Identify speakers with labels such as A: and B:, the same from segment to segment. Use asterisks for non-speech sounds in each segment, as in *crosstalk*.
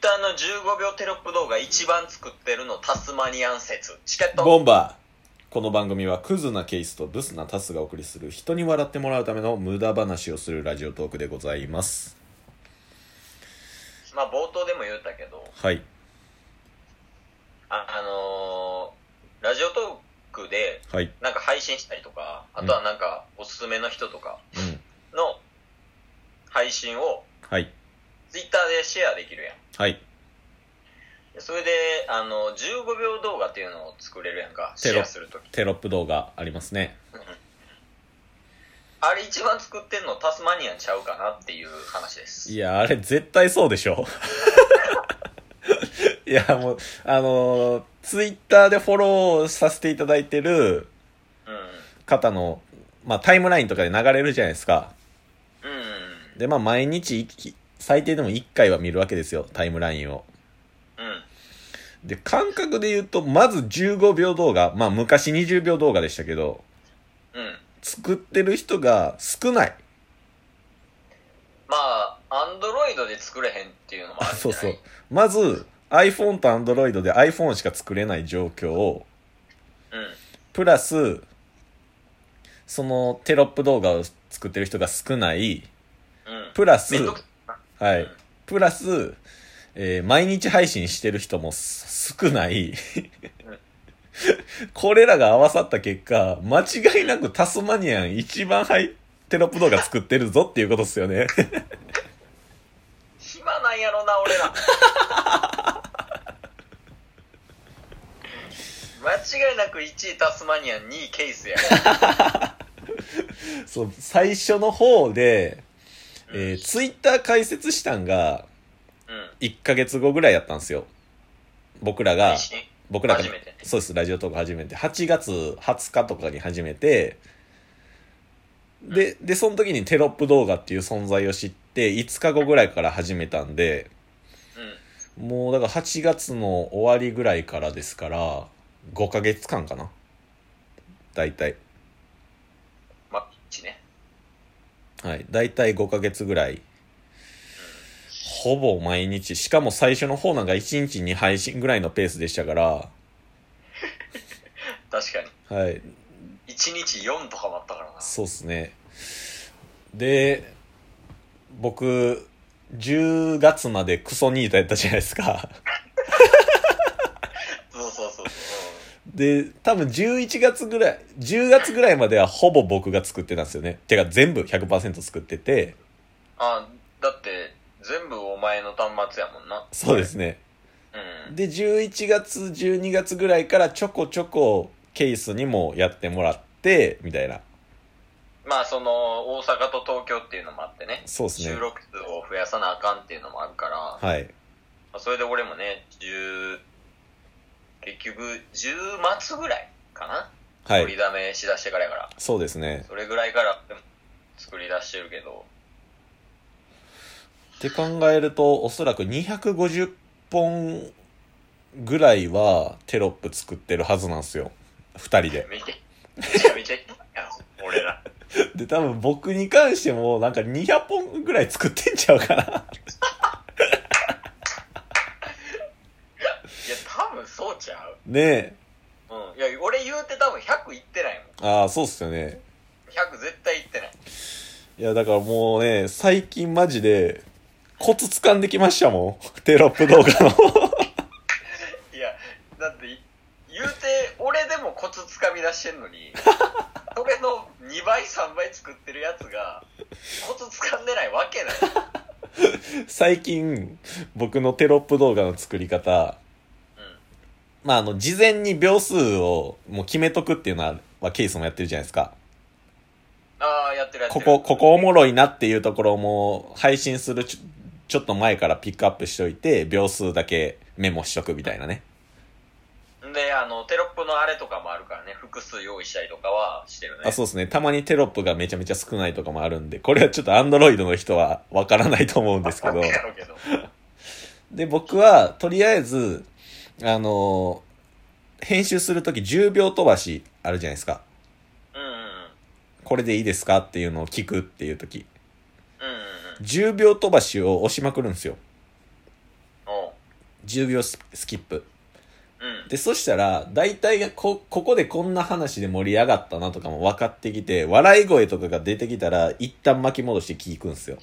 A: ターの15秒テロップ動画一番作ってるのタスマニアン説チケット
B: ボンバーこの番組はクズなケースとブスなタスがお送りする人に笑ってもらうための無駄話をするラジオトークでございます
A: まあ冒頭でも言ったけど
B: はい
A: あ、あのーラジオトークで
B: はい
A: なんか配信したりとかあとはなんかおすすめの人とか
B: うん
A: の配信を
B: はい
A: ツイッターでシェアできるやん
B: はい
A: でそれであの15秒動画っていうのを作れるやんかシ
B: テロ
A: ェアするとき
B: テロップ動画ありますね
A: あれ一番作ってんのタスマニアンちゃうかなっていう話です
B: いやあれ絶対そうでしょ *laughs* いやもうあのツイッター Twitter でフォローさせていただいて
A: う
B: る
A: ん
B: 方の、まあ、タイムラインとかで流れるじゃないですか
A: うん
B: でまあ毎日いき最低でも1回は見るわけですよタイムラインを
A: うん
B: で感覚で言うとまず15秒動画まあ昔20秒動画でしたけど
A: うん
B: 作ってる人が少ない
A: まあアンドロイドで作れへんっていうのも
B: あ
A: あるんじ
B: そ
A: ゃ
B: う
A: ない
B: そうまず iPhone と Android で iPhone しか作れない状況を
A: うん
B: プラスそのテロップ動画を作ってる人が少ない
A: うん
B: プラス
A: めんどく
B: は
A: う
B: い
A: ん
B: プラス、えー毎日配信してる人もす少ない
A: ん
B: これらが合わさった結果間違いなくタスマニアン一番はいテロップ動画作ってるぞっていうことですよね *laughs*
A: 暇なんやろな俺
B: *laughs*
A: ら間違いなく1位タスマニアン2位ケースや
B: そう最初の方で、
A: うん
B: えー、ツイッター開設したんが
A: うん
B: 1ヶ月後ぐらいやったんですよ僕らが
A: 配信
B: 僕らが
A: 初めて
B: そうですラジオトーク始めて8月20日とかに始めてででその時にテロップ動画っていう存在を知って5日後ぐらいから始めたんで
A: うん
B: もうだから8月の終わりぐらいからですから5ヶ月間かな大体
A: まあ1ね
B: はい大体5ヶ月ぐらいほぼ毎日しかも最初の方なんか1日に配信ぐらいのペースでしたから
A: 確かに
B: はい
A: 1日4とかもあったからな
B: そうっすねで僕10月までクソニートやったじゃないですか *laughs*
A: そうそうそうそ
B: で多分11月ぐらい10月ぐらいまではほぼ僕が作ってたんですよねてか全部100%作ってて
A: うん、あだって全部お前の端末やもんな
B: そうですね
A: うん
B: で11月12月ぐらいからちょこちょこケースにもやってもらってみたいな
A: まあその大阪と東京っていうのもあってね
B: そうですね
A: 収録数を増やさなあかんっていうのもあるから、
B: はい
A: まあそれで俺もね10結局10末ぐらいかな、
B: は
A: 取り
B: い
A: だめしだしてからやから
B: そうですね
A: それぐらいからでも作り出してるけど
B: って考えるとおそらく250本ぐらいはテロップ作ってるはずなんですよ2人で
A: 見て *laughs* めちゃめちゃいや俺ら
B: *laughs* で多分僕に関してもなんか200本ぐらい作ってんちゃうかな
A: いや多分そうちゃう
B: *laughs* ね
A: うんいや俺言うて多分100いってないもん
B: えああそうっすよね
A: 100絶対いってない
B: いやだからもうね最近マジでコツ掴んできましたもん *laughs* テロップ動画 *laughs* の
A: いやだって言うて俺でもコツつかみ出してんの
B: *laughs*
A: にそれの2倍3倍作ってるやつがコツつかんでないわけない
B: 最近僕のテロップ動画の作り方まああの事前に秒数をもう決めとくっていうのはまあケースもやってるじゃないですか
A: ああやってるやって
B: こ
A: る
B: こ、ここおもろいなっていうところをもう配信するちょちょっと前からピックアップしといて、秒数だけメモしとくみたいなね。
A: であのテロップのあれとかもあるからね複数用意したりとかはしてるね
B: あ、そうですね。たまにテロップがめちゃめちゃ少ないとかもあるんで、これはちょっとアンドロイドの人はわからないと思うんですけど
A: わ。かるけど
B: で、僕はとりあえず、あのー編集するとき10秒飛ばしあるじゃないですか。
A: うんうん
B: これでいいですかっていうのを聞くっていうとき。
A: うんうんうん
B: 10秒飛ばしを押しまくるんですよ。
A: おう
B: 10秒ススキップ。
A: うん。
B: で、そしたら、大体がこ、ここでこんな話で盛り上がったなとかも分かってきて、笑い声とかが出てきたら、一旦巻き戻して聞くんすよ。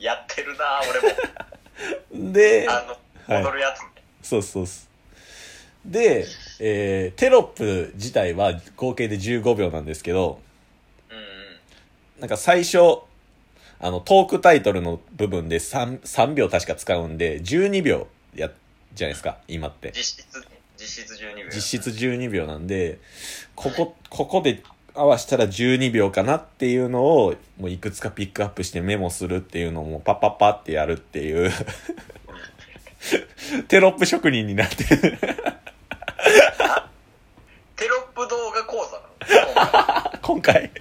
A: やってるな俺も。
B: で、
A: あの、
B: はい
A: 踊るやつね。
B: そうそうそう。で、えーテロップ自体は合計で15秒なんですけど、
A: うんうん。
B: なんか最初、あの、トークタイトルの部分で 3, 3秒確か使うんで、12秒や、じゃないですか、今って。
A: 実質、実質12秒。
B: 実質12秒なんで、ここ、ここで合わせたら12秒かなっていうのを、もういくつかピックアップしてメモするっていうのをもうパッパッパってやるっていう、 *laughs* テロップ職人になってる。
A: テロップ動画講座なの
B: *laughs*
A: 今回
B: 今回。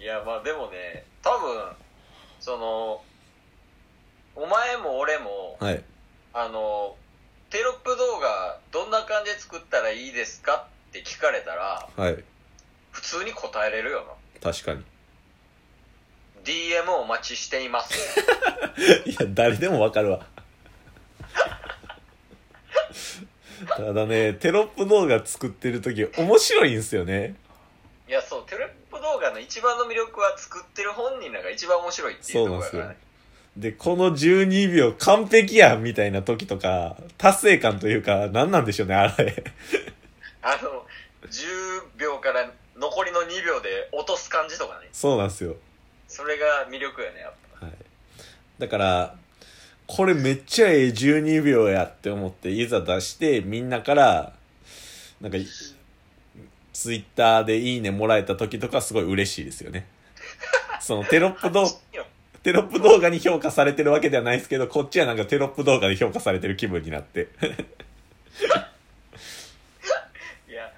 A: いや、まあでもね、多分、その、お前も俺も、
B: はい。
A: あの、テロップ動画どんな感じで作ったらいいですかって聞かれたら、
B: はい。
A: 普通に答えれるよな。
B: 確かに。
A: DM お待ちしています。
B: *laughs* いや、誰でもわかる *laughs* わ。ただね、テロップ動画作ってる時面白いんすよね。
A: いや、そう、テロップ動画の一番の魅力は作ってる本人らが一番面白いっていうところやからね。
B: で、この12秒完璧やんみたいな時とか、達成感というか、何なんでしょうね、あれ。 *laughs*
A: あの、10秒から残りの2秒で落とす感じとかね。
B: そうなんですよ。
A: それが魅力やね、やっぱ。
B: はい。だから、これめっちゃええ12秒やって思って、いざ出して、みんなから、なんか、ツイッターでいいねもらえた時とかすごい嬉しいですよね。そのテロップ動、テロップ動画に評価されてるわけではないですけど、こっちはなんかテロップ動画で評価されてる気分になって。
A: いや、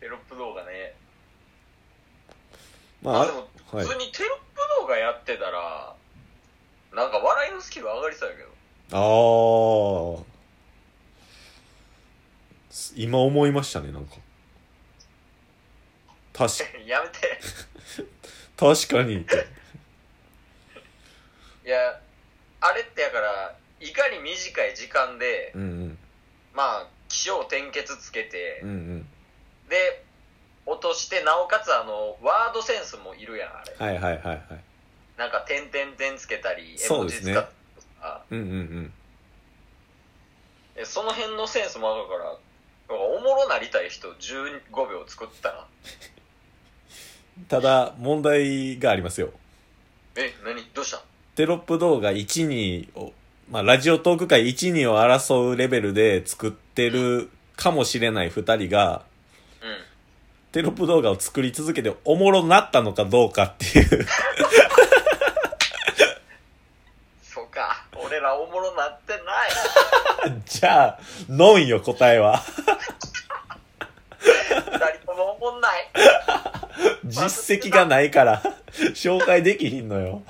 A: テロップ動画ね。
B: ま
A: あでも
B: はい
A: 普通。にテロップ動画やってたら、なんか笑いのスキル上がりそうやけど。 *laughs*
B: ああ。す今思いましたね、なんか。確か、
A: やめて。
B: 確かにって。
A: いや、あれってやから、いかに短い時間で、
B: うんうん。
A: まあ、起承転結つけて
B: うんう、ん。
A: で、落として、なおかつあの、ワードセンスもいるやん、あれ。
B: はいはいはいはい。
A: なんか、点々点つけたり、絵
B: そ
A: 文
B: うで
A: 字
B: す
A: 使
B: ね
A: ったりとか、
B: うんうんうん。
A: えその辺のセンスもあるから、なんかおもろなりたい人15秒作ったら、
B: ただ、問題がありますよ。
A: え、何どうした
B: テロップ動画1、2を、まあ、ラジオトーク界1、2を争うレベルで作ってるかもしれない2人が、
A: うん。
B: テロップ動画を作り続けておもろなったのかどうかっていう。 *laughs*
A: そうか、俺らおもろなってない。
B: じゃあ、ノンよ、答えは。
A: 二人ともおもんない。
B: 実績がないから、紹介できひんのよ。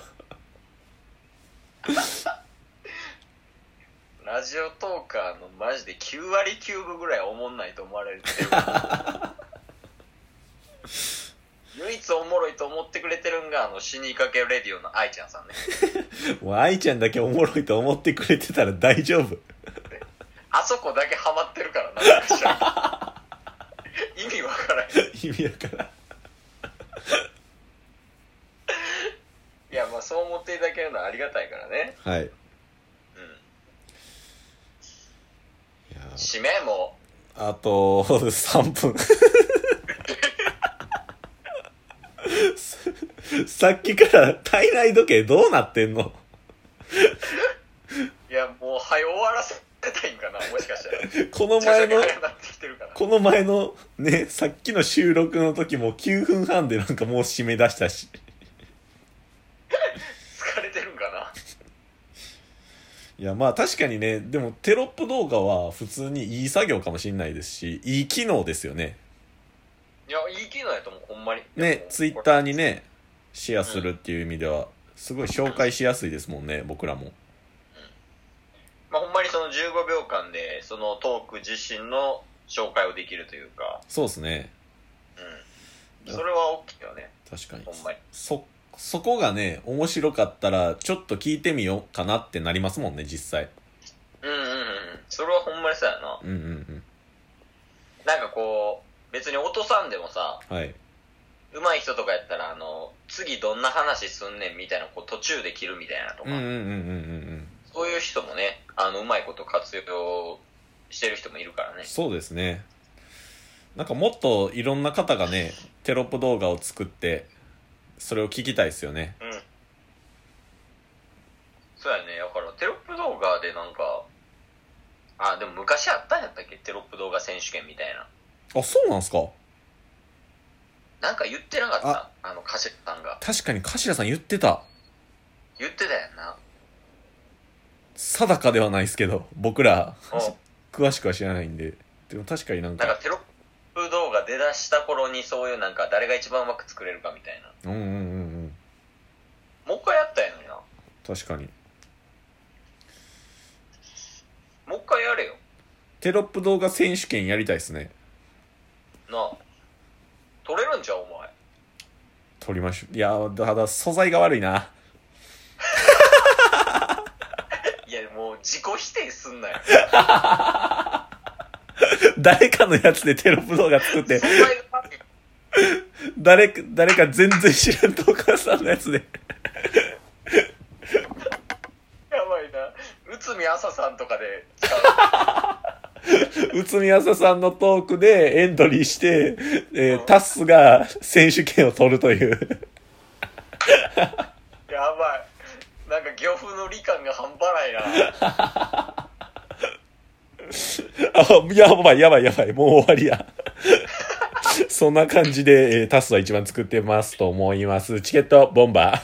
A: ラジオトーカーのマジで9割9分ぐらいおもんないと思われるっていう。唯一おもろいと思ってくれてるんが、あの、死にかけレディオの愛ちゃんさんね。
B: もう愛ちゃんだけおもろいと思ってくれてたら大丈夫。
A: あそこだけハマってるからな、なんか知らんけど意味わからへん。
B: 意味やから。
A: いや、まあそう思っていただけるのはありがたいからね。
B: はい。い
A: うん。
B: や
A: 締めも
B: あと、3分。さっきから体内時計どうなってんの
A: う、いや、もう、早終わらせたいんかな、もしかしたら。
B: この前の
A: めちゃくちゃ、早くなってきてるから。
B: この前のね、さっきの収録の時も9分半でなんかもう締め出したし。
A: 疲れてるんかな。
B: いやまあ確かにねでもテロップ動画は普通にいい作業かもしれないですしいい機能ですよね
A: いや、いい機能やと思う、ほんまに。
B: ねツイッ
A: ー。
B: ターにねシェアするっていう意味ではすごい紹介しやすいですもんね僕らも
A: まあ、ほんまにその15秒間で、そのトーク自身の紹介をできるというか、
B: そうですね
A: うん。それは大きいよね。
B: 確かに
A: ほんまに
B: 速そこがね、面白かったら、ちょっと聞いてみようかなってなりますもんね、実際。
A: うんうんうん。それはほんまにそうやな。
B: うんうん
A: なんかこう、別に落とさんでもさ、
B: うん。はい。
A: 上手い人とかやったら、あの、次どんな話すんねんみたいな、こう途中で切るみたいなと
B: うん
A: か、
B: うんうんうんうん。
A: そういう人もね、あの、うまいこと活用してる人もいるからね。
B: そうですね。なんかもっといろんな方がね、テロップ動画を作って、それを聞きたいですよね。
A: うん。そうやね。だから、テロップ動画でなんか、あ、でも昔あったんやったっけテロップ動画選手権みたいな。
B: あ、そうなんすか
A: なんか言ってなかったあの、カシェさんが。
B: 確かに頭さん言ってた。
A: 言ってたやんな。
B: 定かではないですけど、僕ら、
A: う
B: 詳しくは知らないんで。でも確かになん
A: ん。なんか
B: か、
A: テロップ動画出だした頃にそういうなんか誰が一番うまく作れるかみたいな。
B: うんうんうんうん。
A: もう一回やったやのにな。
B: 確かに。
A: もう一回やれよ。
B: テロップ動画選手権やりたいですね。
A: なあ。取れるんじゃうお前。
B: 撮りましょう。いや、ただ素材が悪いな。 *laughs*
A: いや、もう自己否定すんなよ。
B: 誰かのやつでテロップ動画作って
A: そ、んな言うわけ
B: 誰か、誰か全然知らん動画さんのやつで。
A: やばいな。内海朝さんとかで使う。
B: 宇都宮朝さんのトークでエントリーして、えー
A: うん
B: タッスが選手権を取るという。
A: やばいなんか漁夫の理感が半端ないな
B: あ、やばいやばいやばい、もう終わりや。そんな感じで、えータッスは一番作ってますと思います。チケット、ボンバー。